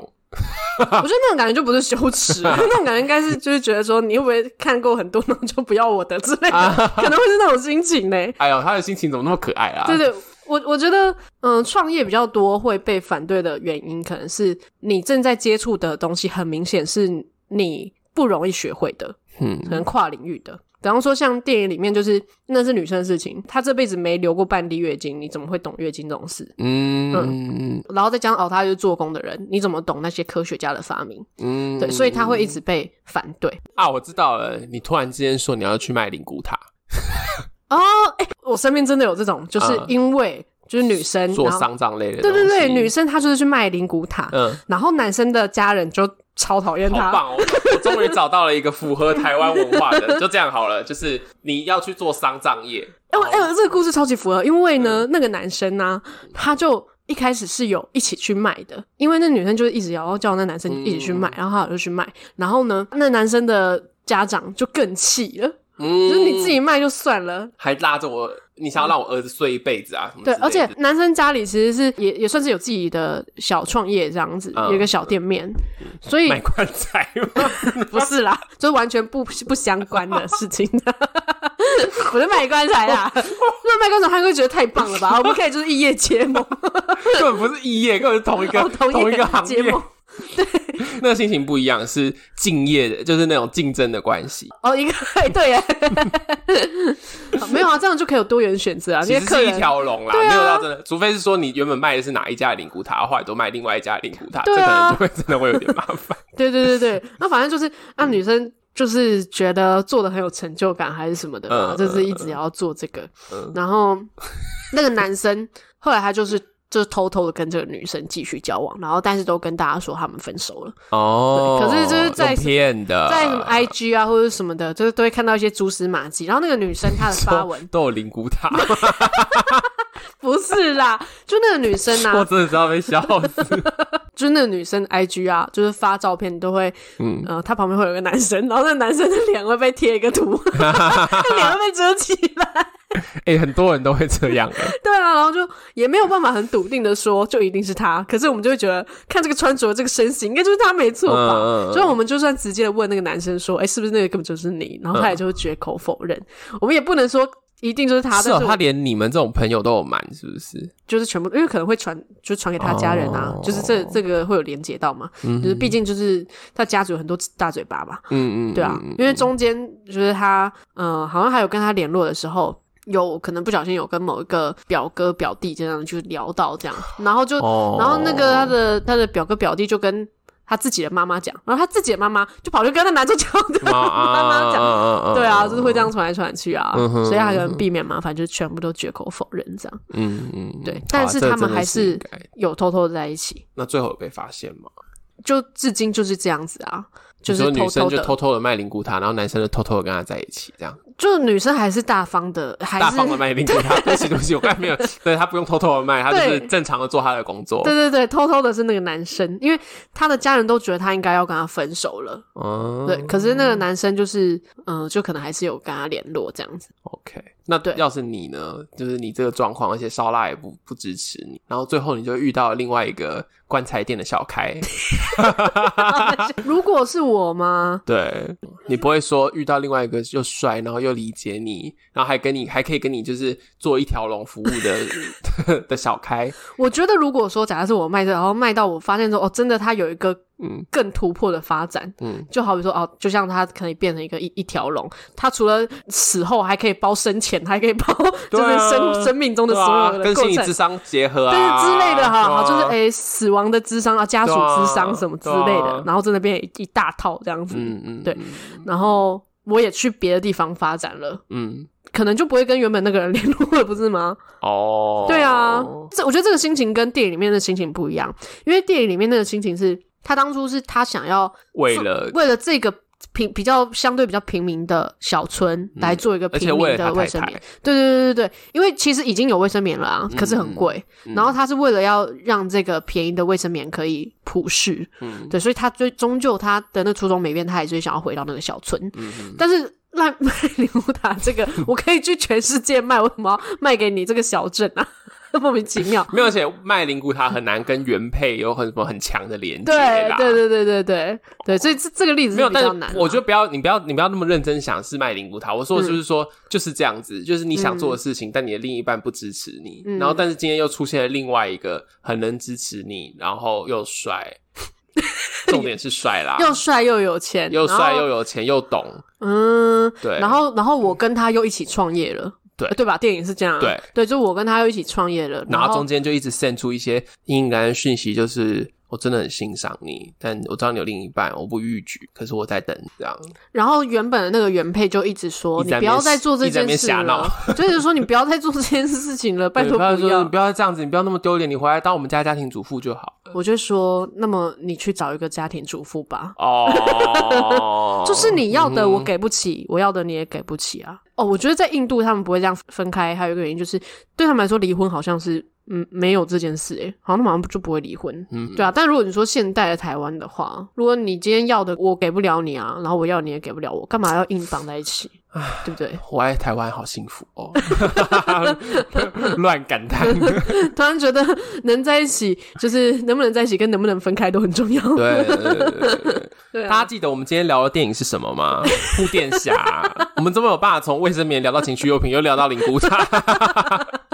S2: 觉得那种感觉就不是羞 耻，那种感觉应该是就是觉得说你会不会看过很多，然后就不要我的之类的，可能会是那种心情呢。
S1: 哎呦，他的心情怎么那么可爱啊？
S2: 对对，我我觉得，嗯、创业比较多会被反对的原因，可能是你正在接触的东西很明显是你不容易学会的，
S1: 嗯
S2: 可能跨领域的。比方说，像电影里面就是那是女生的事情，她这辈子没流过半滴月经，你怎么会懂月经这种事？
S1: 嗯嗯
S2: 然后再加上哦，她就是做工的人，你怎么懂那些科学家的发明？
S1: 嗯，
S2: 对，所以她会一直被反对。
S1: 啊，我知道了，你突然之间说你要去卖灵骨塔，
S2: 哦，哎、我身边真的有这种，就是
S1: 嗯
S2: 因为就是女生
S1: 做
S2: 嗯然后
S1: 丧葬类的
S2: 对
S1: 东西，
S2: 对对，女生她就是去卖灵骨塔，
S1: 嗯。
S2: 然后男生的家人就超讨厌
S1: 好
S2: 他，
S1: 棒哦！我终于找到了一个符合台湾文化的，就这样好了。就是你要去做丧葬 业，
S2: 哎、我哎、我这个故事超级符合，因为
S1: 嗯
S2: 呢，那个男生呢、他就一开始是有一起去卖的，因为那女生就是一直要叫那男生一起
S1: 嗯
S2: 去卖，然后他就去卖，然后呢，那男生的家长就更气了，
S1: 嗯，
S2: 就是你自己卖就算了。
S1: 还拉着我，你想要让我儿子睡一辈子啊？什么
S2: 对，
S1: 之类
S2: 而且
S1: 的
S2: 男生家里其实是也也算是有自己的小创业这样子，
S1: 嗯
S2: 有一个小店面，所以
S1: 买棺材吗？
S2: 不是啦，就是完全不不相关的事情。 我在卖棺材 啦，那卖棺材他会觉得太棒了吧？我们可以就是异业结盟，
S1: 根本不是异业，根本是同一个、
S2: 哦
S1: 同一
S2: 业
S1: 个行
S2: 结
S1: 业，
S2: 盟，
S1: 那个心情不一样，是敬业的，就是那种竞争的关系，
S2: 哦，一个哎对 耶，哦没有啊，这样就可以有多元选择啊，
S1: 其
S2: 因为
S1: 实
S2: 客
S1: 是一
S2: 人。
S1: 条龙啦，
S2: 对啊
S1: 没有到真的，除非是说你原本卖的是哪一家的灵骨塔，后来都卖另外一家的灵骨塔，
S2: 对
S1: 这可能
S2: 啊
S1: 就会 真的会有点麻烦。
S2: 对对对 对，那反正就是，
S1: 嗯
S2: 那女生就是觉得做的很有成就感还是什么的嘛，
S1: 嗯
S2: 就是一直要做这个
S1: 嗯。
S2: 然后那个男生 后来他就是就是偷偷的跟这个女生继续交往，然后但是都跟大家说他们分手了。
S1: 哦
S2: 对可是就是在
S1: 用骗的，
S2: 在什么 IG 啊或者什么的，就是都会看到一些蛛丝马迹。然后那个女生她的发 文
S1: 都有灵骨塔，
S2: 不是啦，就那个女生
S1: 我
S2: 啊，
S1: 真的是要被笑死。
S2: 就是那个女生 IG 啊，就是发照片都会，
S1: 嗯
S2: 呃，她旁边会有个男生，然后那个男生的脸会被贴一个 图，那脸会被遮起来。
S1: 哎、很多人都会这样、 欸，
S2: 对啊，然后就也没有办法很笃定的说就一定是他，可是我们就会觉得看这个穿着这个身形，应该就是他没错吧。
S1: 嗯嗯嗯
S2: 所以我们就算直接的问那个男生说，哎、是不是那个根本就是你？然后他也就会绝口否认。我们也不能说。一定就是他，
S1: 嗯是
S2: 但
S1: 哦，
S2: 是我
S1: 他连你们这种朋友都有瞒，是不是？
S2: 就是全部，因为可能会传，就传给他家人啊，
S1: 哦
S2: 就是这这个会有连接到嘛，就是毕竟就是他家族有很多大嘴巴嘛，
S1: 嗯嗯，
S2: 对啊，因为中间就是他，嗯、好像还有跟他联络的时候。有可能不小心有跟某一个表哥表弟这样就聊到这样，然后就，
S1: 哦
S2: 然后那个他的他的表哥表弟就跟他自己的妈妈讲，然后他自己的妈妈就跑去跟那男主角的
S1: 妈
S2: 妈妈讲，
S1: 讲
S2: 对啊，就是会这样传来传去啊，
S1: 嗯哼
S2: 所以他可能避免麻烦，就全部都绝口否认这样。
S1: 嗯嗯，
S2: 对
S1: 好啊
S2: 但是
S1: 这
S2: 他们
S1: 真的
S2: 还
S1: 是
S2: 是
S1: 应该
S2: 有偷偷在一起，
S1: 那最后有被发现吗？
S2: 就至今就是这样子啊，就
S1: 你
S2: 是
S1: 说女
S2: 偷
S1: 生
S2: 偷
S1: 就
S2: 的，
S1: 偷偷的卖灵骨塔，然后男生就偷偷的跟他在一起，这样
S2: 就是女生还是大方的，还
S1: 大
S2: 是
S1: 方的卖灵骨塔。对不起，对不起，我刚 才没有，对他不用偷偷的卖，他就是
S2: 对
S1: 正常的做他的工作。
S2: 对对对，偷偷的是那个男生，因为他的家人都觉得他应该要跟他分手了，
S1: 哦，
S2: 呃 对，可是那个男生就是，嗯、就可能还是有跟他联络这样子，
S1: o OK，那
S2: 对
S1: 要是你呢？就是你这个状况，而且烧腊也不不支持你，然后最后你就遇到另外一个棺材店的 小开，
S2: 如果是我吗？
S1: 对你不会说遇到另外一个又帅，然后又理解你，然后还跟你还可以跟你就是做一条龙服务的 的小开，
S2: 我觉得如果说假设是我卖的，然后卖到我发现说哦，真的它有一个
S1: 嗯
S2: 更突破的发展，
S1: 嗯，
S2: 就好比说哦，就像它可以变成一个一一条龙，它除了死后还可以包生前，还可以包 就
S1: 对啊
S2: 是生、生命中的
S1: 对
S2: 所
S1: 啊，
S2: 有的
S1: 跟
S2: 过
S1: 心理
S2: 程
S1: 智。商结合
S2: 对
S1: 啊，
S2: 之类的哈，
S1: 对啊
S2: 好就是哎诶、死亡的智商啊，家属
S1: 对啊
S2: 智商什么之类
S1: 对
S2: 的，
S1: 啊
S2: 然后真的变一一大套这样子。
S1: 嗯嗯，
S2: 对然后我也去别的地方发展了，
S1: 嗯，
S2: 可能就不会跟原本那个人联络了，不是吗？
S1: 哦，
S2: 对啊，这我觉得这个心情跟电影里面的心情不一样，因为电影里面那个心情是他当初是他想要
S1: 为
S2: 做
S1: 了
S2: 为了这个平比较相对比较平民的小村来做一个
S1: 嗯而且
S2: 平
S1: 为
S2: 民
S1: 了
S2: 的
S1: 他
S2: 卫
S1: 太
S2: 生棉
S1: 太，，
S2: 对对对对对，因为其实已经有卫生棉了啊，可是很贵，
S1: 嗯
S2: 然后他是为了要让这个便宜的卫生棉可以普世，
S1: 嗯
S2: 对，所以他最终究他的那初衷没变，他还是想要回到那个小村，
S1: 嗯嗯
S2: 但是卖卖礼物塔这 个，我可以去全世界卖，为什么要卖给你这个小镇啊？ 莫名其 妙。
S1: 没有，而且卖灵骨塔很难跟原配有很什么很强的连接
S2: 对
S1: 啦。
S2: 对对对对对对，所以这这个例子
S1: 没
S2: 是
S1: 有，
S2: 比
S1: 但
S2: 较难啊、
S1: 是我觉得不要，你不要，你不要那么认真想是卖灵骨塔。我说的就是
S2: 嗯
S1: 说，就是这样子，就是你想做的事情，但你的另一半不支持你，
S2: 嗯
S1: 然后但是今天又出现了另外一个很能支持你，然后又帅， 重点是帅啦，
S2: 又帅又有钱，
S1: 啊又帅
S2: 然后
S1: 又有钱又懂，
S2: 嗯，
S1: 对，
S2: 然后然后我跟他又一起创业了，
S1: 对
S2: 对吧？电影是这样啊，
S1: 对
S2: 对，就我跟他又一起创业了，
S1: 然
S2: 后
S1: 后中间就一直 send 出一些应然讯息，就是我真的很欣赏你，但我知道你有另一半，我不逾矩，可是我在等这样。
S2: 然后原本的那个原配就一直说
S1: 一直
S2: 你
S1: 在
S2: 不
S1: 那边
S2: 要再做这
S1: 一直在那
S2: 件
S1: 边
S2: 事
S1: 瞎
S2: 了， 就是说你不要再做这件事情了，拜
S1: 对
S2: 托
S1: 不要
S2: 不
S1: 说
S2: 要
S1: 你。不要这样子，你不要那么丢脸，你回来当我们家家庭主妇就好。
S2: 我就说，那么你去找一个家庭主妇吧。，
S1: 哦
S2: 就是你要的我给不起，我要的你也给不起啊。哦，我觉得在印度他们不会这样分开，还有一个原因就是对他们来说离婚好像是嗯没有这件事诶、好像他们好像就不会离婚，
S1: 嗯
S2: 对啊。但如果你说现代的台湾的话，如果你今天要的我给不了你啊，然后我要你也给不了我，干嘛要硬绑在一起？对不对？
S1: 我爱台湾，好幸福哦！乱感叹，
S2: 突然觉得能在一起，就是能不能在一起跟能不能分开都很重要。
S1: 对对对对对
S2: 对
S1: 大家
S2: 啊，
S1: 记得我们今天聊的电影是什么吗？ 护垫侠。 我们这么有办法从卫生棉聊到情趣用品，又聊到灵骨塔，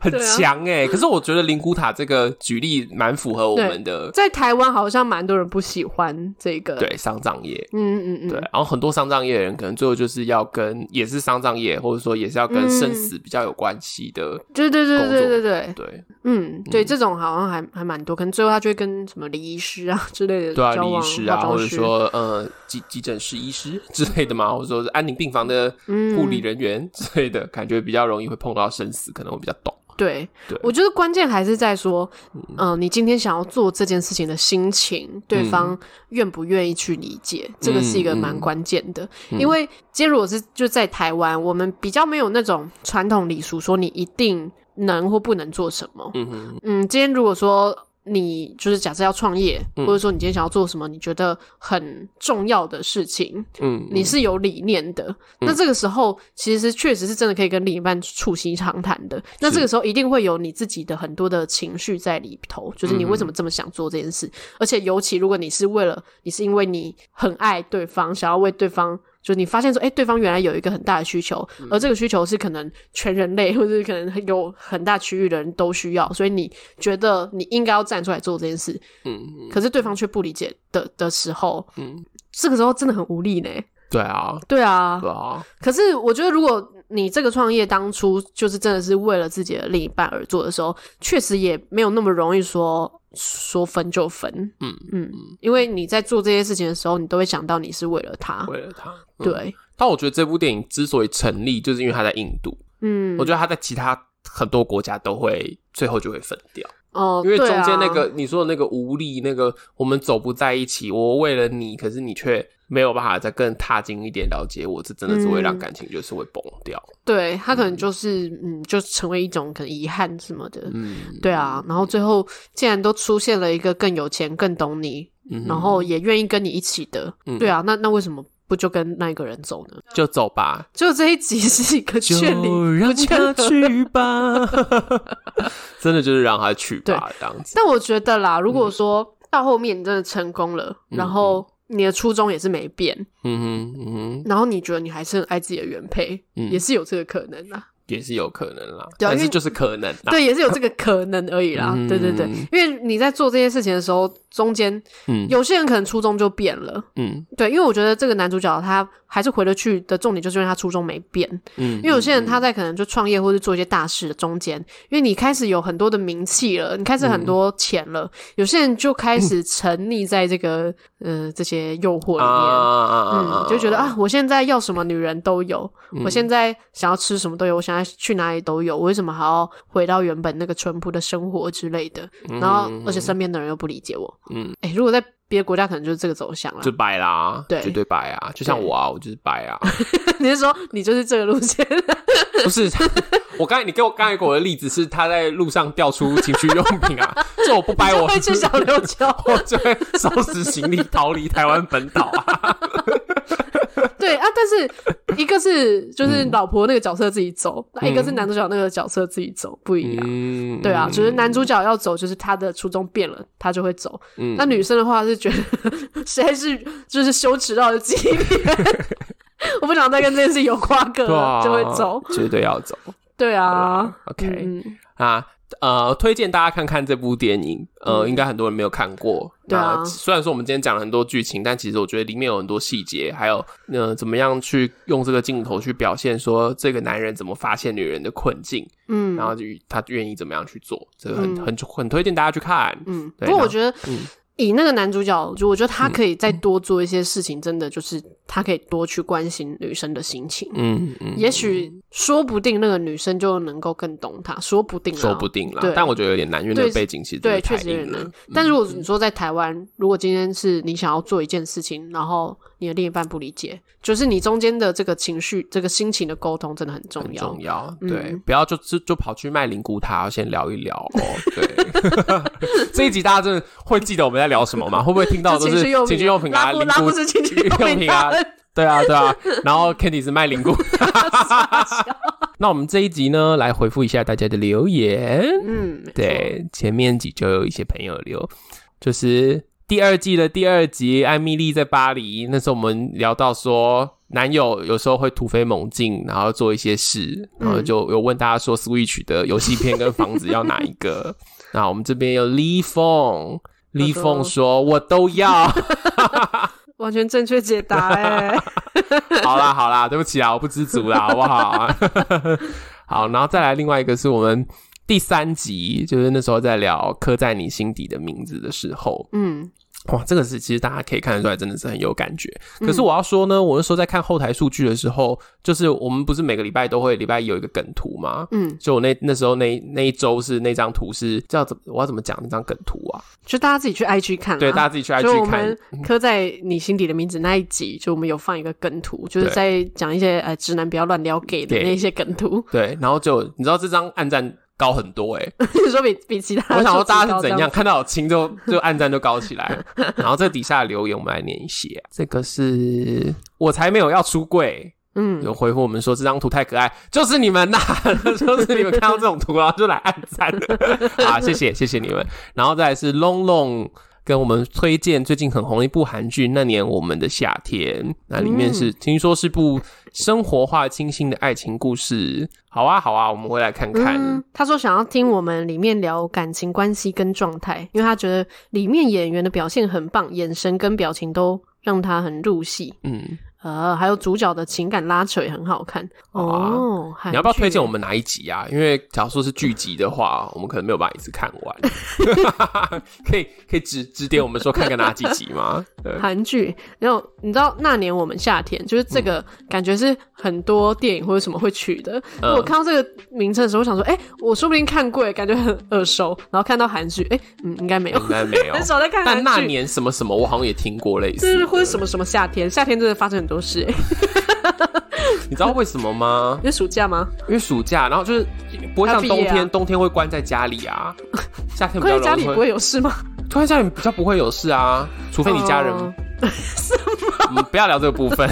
S1: 很强哎、可是我觉得灵骨塔这个举例蛮符合我们的，
S2: 在台湾好像蛮多人不喜欢这个，
S1: 对丧葬业。
S2: 嗯，嗯嗯
S1: 对
S2: 嗯，，
S1: 然后很多丧葬业的人可能最后就是要跟也是丧葬业，或者说也是要跟生死比较有关系的，
S2: 对对对
S1: 工
S2: 对
S1: 作
S2: 对对，
S1: 对
S2: 嗯，对，这种好像还还蛮多，可能最后他就会跟什么礼仪师啊之类的
S1: 对啊，
S2: 交
S1: 礼仪
S2: 往，
S1: 师
S2: 化
S1: 啊，
S2: 妆
S1: 或者
S2: 师
S1: 说呃急急诊室医师 之类的嘛，或者说是安宁病房的
S2: 嗯
S1: 护理人员之类的，感觉比较容易会碰到生死，可能会比较懂。
S2: 对，
S1: 对
S2: 我觉得关键还是在说，嗯、你今天想要做这件事情的心情，对
S1: 嗯
S2: 方愿不愿意去理解，这个是一个蛮关键的。
S1: 嗯
S2: 因为今天如果是就在台湾，我们比较没有那种传统礼俗，说你一定能或不能做什么。
S1: 嗯哼，
S2: 嗯，今天如果说你就是假设要创业，
S1: 嗯
S2: 或者说你今天想要做什么，你觉得很重要的事情，
S1: 嗯，
S2: 你是有理念的，那这个时候其实确实是真的可以跟另一半促膝长谈的。那这个时候一定会有你自己的很多的情绪在里头，就是
S1: 嗯
S2: 你为什么这么想做这件事，而且尤其如果你是为了你是因为你很爱对方，想要为对方。就你发现说，哎、对方原来有一个很大的需求，
S1: 嗯
S2: 而这个需求是可能全人类或者是可能有很大区域的人都需要，所以你觉得你应该要站出来做这件事，
S1: 嗯，
S2: 可是对方却不理解的的时候，
S1: 嗯，
S2: 这个时候真的很无力呢。
S1: 对啊，
S2: 对啊，
S1: 对啊，
S2: 可是我觉得，如果你这个创业当初就是真的是为了自己的另一半而做的时候，确实也没有那么容易说说分就分。
S1: 嗯
S2: 嗯，因为你在做这些事情的时候，你都会想到你是为了他。
S1: 为了他，嗯。
S2: 啊对，
S1: 但我觉得这部电影之所以成立，就是因为它在印度，
S2: 嗯，
S1: 我觉得它在其他很多国家都会最后就会分掉。
S2: 哦，
S1: 因为中
S2: 对啊
S1: 间那个、你说的那个无力，那个我们走不在一起，我为了你，可是你却没有办法再更踏进一点了解我，这真的是会让
S2: 嗯
S1: 感情就是会崩掉。
S2: 对他可能就是嗯就成为一种可能遗憾什么的。
S1: 嗯，
S2: 对啊，然后最后竟然都出现了一个更有钱、更懂你，
S1: 嗯哼
S2: 然后也愿意跟你一起的，
S1: 嗯
S2: 对啊，那那为什么？不就跟那一个人走呢？
S1: 就走吧，
S2: 就这一集是一个
S1: 就
S2: 劝离，
S1: 让
S2: 劝
S1: 他去吧，真的就是让他去吧，这样子。
S2: 但我觉得
S1: 嗯
S2: 啦，如果说到后面你真的成功了，然
S1: 嗯
S2: 后你的初衷也是没变，
S1: 嗯哼，嗯哼，
S2: 然后你觉得你还是很爱自己的原配，
S1: 嗯
S2: 也是有这个可能啦。
S1: 也是有可能啦，
S2: 对啊
S1: 但
S2: 因
S1: 是
S2: 为
S1: 就是可能啦，
S2: 对，也是有这个可能而已啦。
S1: 嗯
S2: 对对对，因为你在做这些事情的时候，中间
S1: 嗯
S2: 有些人可能初衷就变了。
S1: 嗯
S2: 对，因为我觉得这个男主角他还是回得去的重点，就是因为他初衷没变。
S1: 嗯，
S2: 因为有些人他在可能就创业或是做一些大事的中间，因为你开始有很多的名气了，你开始
S1: 嗯
S2: 很多钱了，有些人就开 始沉溺在这个呃这些诱惑里
S1: 啊
S2: 面。
S1: 啊嗯
S2: 嗯，就觉得，啊，我现在要什么女人都有，我现在想要吃什么都有，我想要去哪里都有，我为什么还要回到原本那个淳朴的生活之类的？然后，而且身边的人又不理解我。
S1: 嗯，
S2: 哎、如果在别的国家，可能就是这个走向了
S1: 就。白啦，
S2: 对
S1: 绝对白啊，就像我啊，我就是白啊，
S2: 你是说你就是这个路线？
S1: 不是。我刚才你给我刚才给我的例子是他在路上掉出情趣用品啊，这我不掰
S2: 你
S1: 我
S2: 就会去小琉球？
S1: 我就会收拾行李逃离台湾本岛啊！
S2: 对啊，但是一个是就是老婆那个角色自己走，那、一个是男主角那个角色自己走，不一样。
S1: 嗯，
S2: 对啊，就是男主角要走，就是他的初衷变了，他就会走。
S1: 嗯
S2: 那女生的话是觉得 实在是就是羞耻到了极 点，我不想再跟这件事有瓜葛
S1: 对
S2: 了，
S1: 啊，
S2: 就会走。，
S1: 绝对要走。
S2: 对啊
S1: OK，、
S2: 嗯嗯
S1: 啊，呃，推荐大家看看这部电影，呃，应该很多人没有看过。
S2: 嗯对啊
S1: 那虽然说我们今天讲了很多剧情，但其实我觉得里面有很多细节，还有呃，怎么样去用这个镜头去表现说这个男人怎么发现女人的困境，
S2: 嗯
S1: 然后就他愿意怎么样去做，这个很、
S2: 嗯
S1: 很很推荐大家去看。
S2: 嗯，嗯
S1: 对
S2: 不过
S1: 那
S2: 我觉得
S1: 嗯
S2: 以那个男主角，就我觉得他可以再多做一些事情，真的就是他可以多去关心女生的心情。
S1: 嗯嗯，
S2: 也许说不定那个女生就能够更懂他，说不定啊
S1: 说不定啦
S2: 对，
S1: 但我觉得有点难，因为那个
S2: 对
S1: 背景其实真
S2: 对，
S1: 的
S2: 确
S1: 太
S2: 实有点
S1: 硬了
S2: 难。。
S1: 嗯
S2: 但如果你说在台湾，如果今天是你想要做一件事情，然后你的另一半不理解，就是你中间的这个情绪、这个心情的沟通真的很重
S1: 很
S2: 要。
S1: 重要，对
S2: 嗯，
S1: 不要就就就跑去卖灵骨塔，先聊一聊哦。对， 这一集大家真的会记得我们在聊什么吗？会不会听到
S2: 就
S1: 都是
S2: 情趣用
S1: 情趣用品
S2: 拉
S1: 啊、
S2: 布
S1: 灵
S2: 拉
S1: 骨
S2: 布是情趣用品啊，
S1: 对啊，对啊。然后 Candy 是卖灵 骨塔。那我们这一集呢，来回复一下大家的留言。
S2: 嗯，没错，
S1: 对，前面几就有一些朋友留，就是第二季的第二集，艾米丽在巴黎，那时候我们聊到说，男友有时候会突飞猛进，然后做一些事，
S2: 嗯
S1: 然后就有问大家说，Switch 的游戏片跟房子要哪一 个？那我们这边有 Lee Fong。李凤说：“我都要。
S2: 完全正确解答哎、
S1: 好啦，好啦，对不起啊，我不知足啦，好不好？ 好，然后再来另外一个是我们第三集，就是那时候在聊刻在你心底的名字的时候，
S2: 嗯
S1: 哇，这个是其实大家可以看得出来，真的是很有感觉。
S2: 嗯
S1: 可是我要说呢，我那时候在看后台数据的时候，就是我们不是每个礼拜都会礼拜一有一个梗图吗？
S2: 嗯，
S1: 就我那那时候那那一周是那张图是叫怎么我要怎么讲那张梗图啊？
S2: 就大家自己去 IG 看啦。啊
S1: 对，大家自己去
S2: 就我
S1: IG 看
S2: 们。刻在你心底的名字那一集，就我们有放一个梗图，就是
S1: 对
S2: 在讲一些呃直男不要乱撩 gay 的
S1: 对
S2: 那些梗图。
S1: 对，然后就你知道这张暗战高很多欸诶、
S2: 你说比比其他，
S1: 我想说大家是 怎样？看到有亲就就暗赞就高起来，然后这底下的留言我们来念一些、啊这个是我才没有要出柜，
S2: 嗯，
S1: 有回复我们说这张图太可爱，就是你们呐、 就是你们看到这种图然后就来暗赞了啊，谢谢谢谢你们，然后再来是 long long。跟我们推荐最近很红的一部韩剧《那年我们的夏天》，那里面
S2: 嗯
S1: 是、听说是部生活化清新的爱情故事。好啊，好啊，我们会来看看。
S2: 嗯，他说想要听我们里面聊感情关系跟状态，因为他觉得里面演员的表现很棒，眼神跟表情都让他很入戏。
S1: 嗯
S2: 呃，还有主角的情感拉扯也很好看
S1: 好啊
S2: 哦。
S1: 你要不
S2: 韩
S1: 要
S2: 剧
S1: 推荐我们哪一集啊？因为假如说是剧集的话，我们可能没有办法一次看完。 可以可以指指点我们说看看哪几集吗？对，
S2: 韩剧？然后你知道那年我们夏天，就是这个感觉是很多电影或者什么会取的。
S1: 嗯
S2: 我看到这个名称的时候，我想说，哎、我说不定看过耶，感觉很耳熟。然后看到韩剧，哎、嗯，应该没有，
S1: 应该没 有
S2: 很。少在看韩
S1: 哦但
S2: 剧。
S1: 那年什么什么，我好像也听过类
S2: 就是
S1: 似。
S2: 或者什么什么夏天，夏天真的发生很多 事、欸，
S1: 你知道为什么吗
S2: 因？为暑假吗？
S1: 因为暑假，然后就是不会像冬
S2: 他毕业啊
S1: 天，冬天会关在家 里啊。夏天比
S2: 关
S1: 较
S2: 在家
S1: 容
S2: 里
S1: 易
S2: 不会有事吗？
S1: 突然家里比较不会有事啊，除非你家人
S2: 哦
S1: 什么们不要聊这个部分。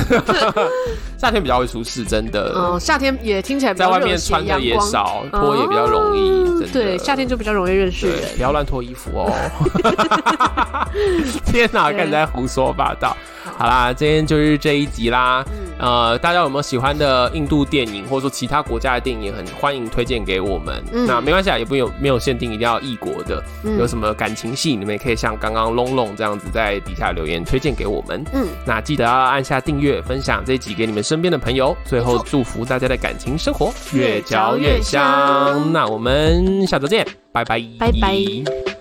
S1: 夏天比较会出事，真的。
S2: 嗯，夏天也听起来比
S1: 在
S2: 较
S1: 外
S2: 热
S1: 面
S2: 血
S1: 穿的
S2: 阳
S1: 也
S2: 光哦
S1: 少，脱也比较容易。真的
S2: 对，夏天就比较容易认识
S1: 对
S2: 人。，
S1: 不要乱脱衣服 哦！天哪，
S2: 对
S1: 看你在胡说八道。好啦，今天就是这一集啦。
S2: 嗯
S1: 呃，大家有没有喜欢的印度电影，或者说其他国家的电影，也很欢迎推荐给我们。
S2: 嗯
S1: 那没关系啊，也不有没有限定一定要异国的，
S2: 嗯
S1: 有什么感情戏，你们也可以像刚刚龙龙这样子在底下留言推荐给我们。
S2: 嗯，
S1: 那记得要按下订阅，分享这一集给你们身边的朋友。最后
S2: 没错
S1: 祝福大家的感情生活
S2: 越嚼越香
S1: 那我们下周见，拜拜，
S2: 拜拜。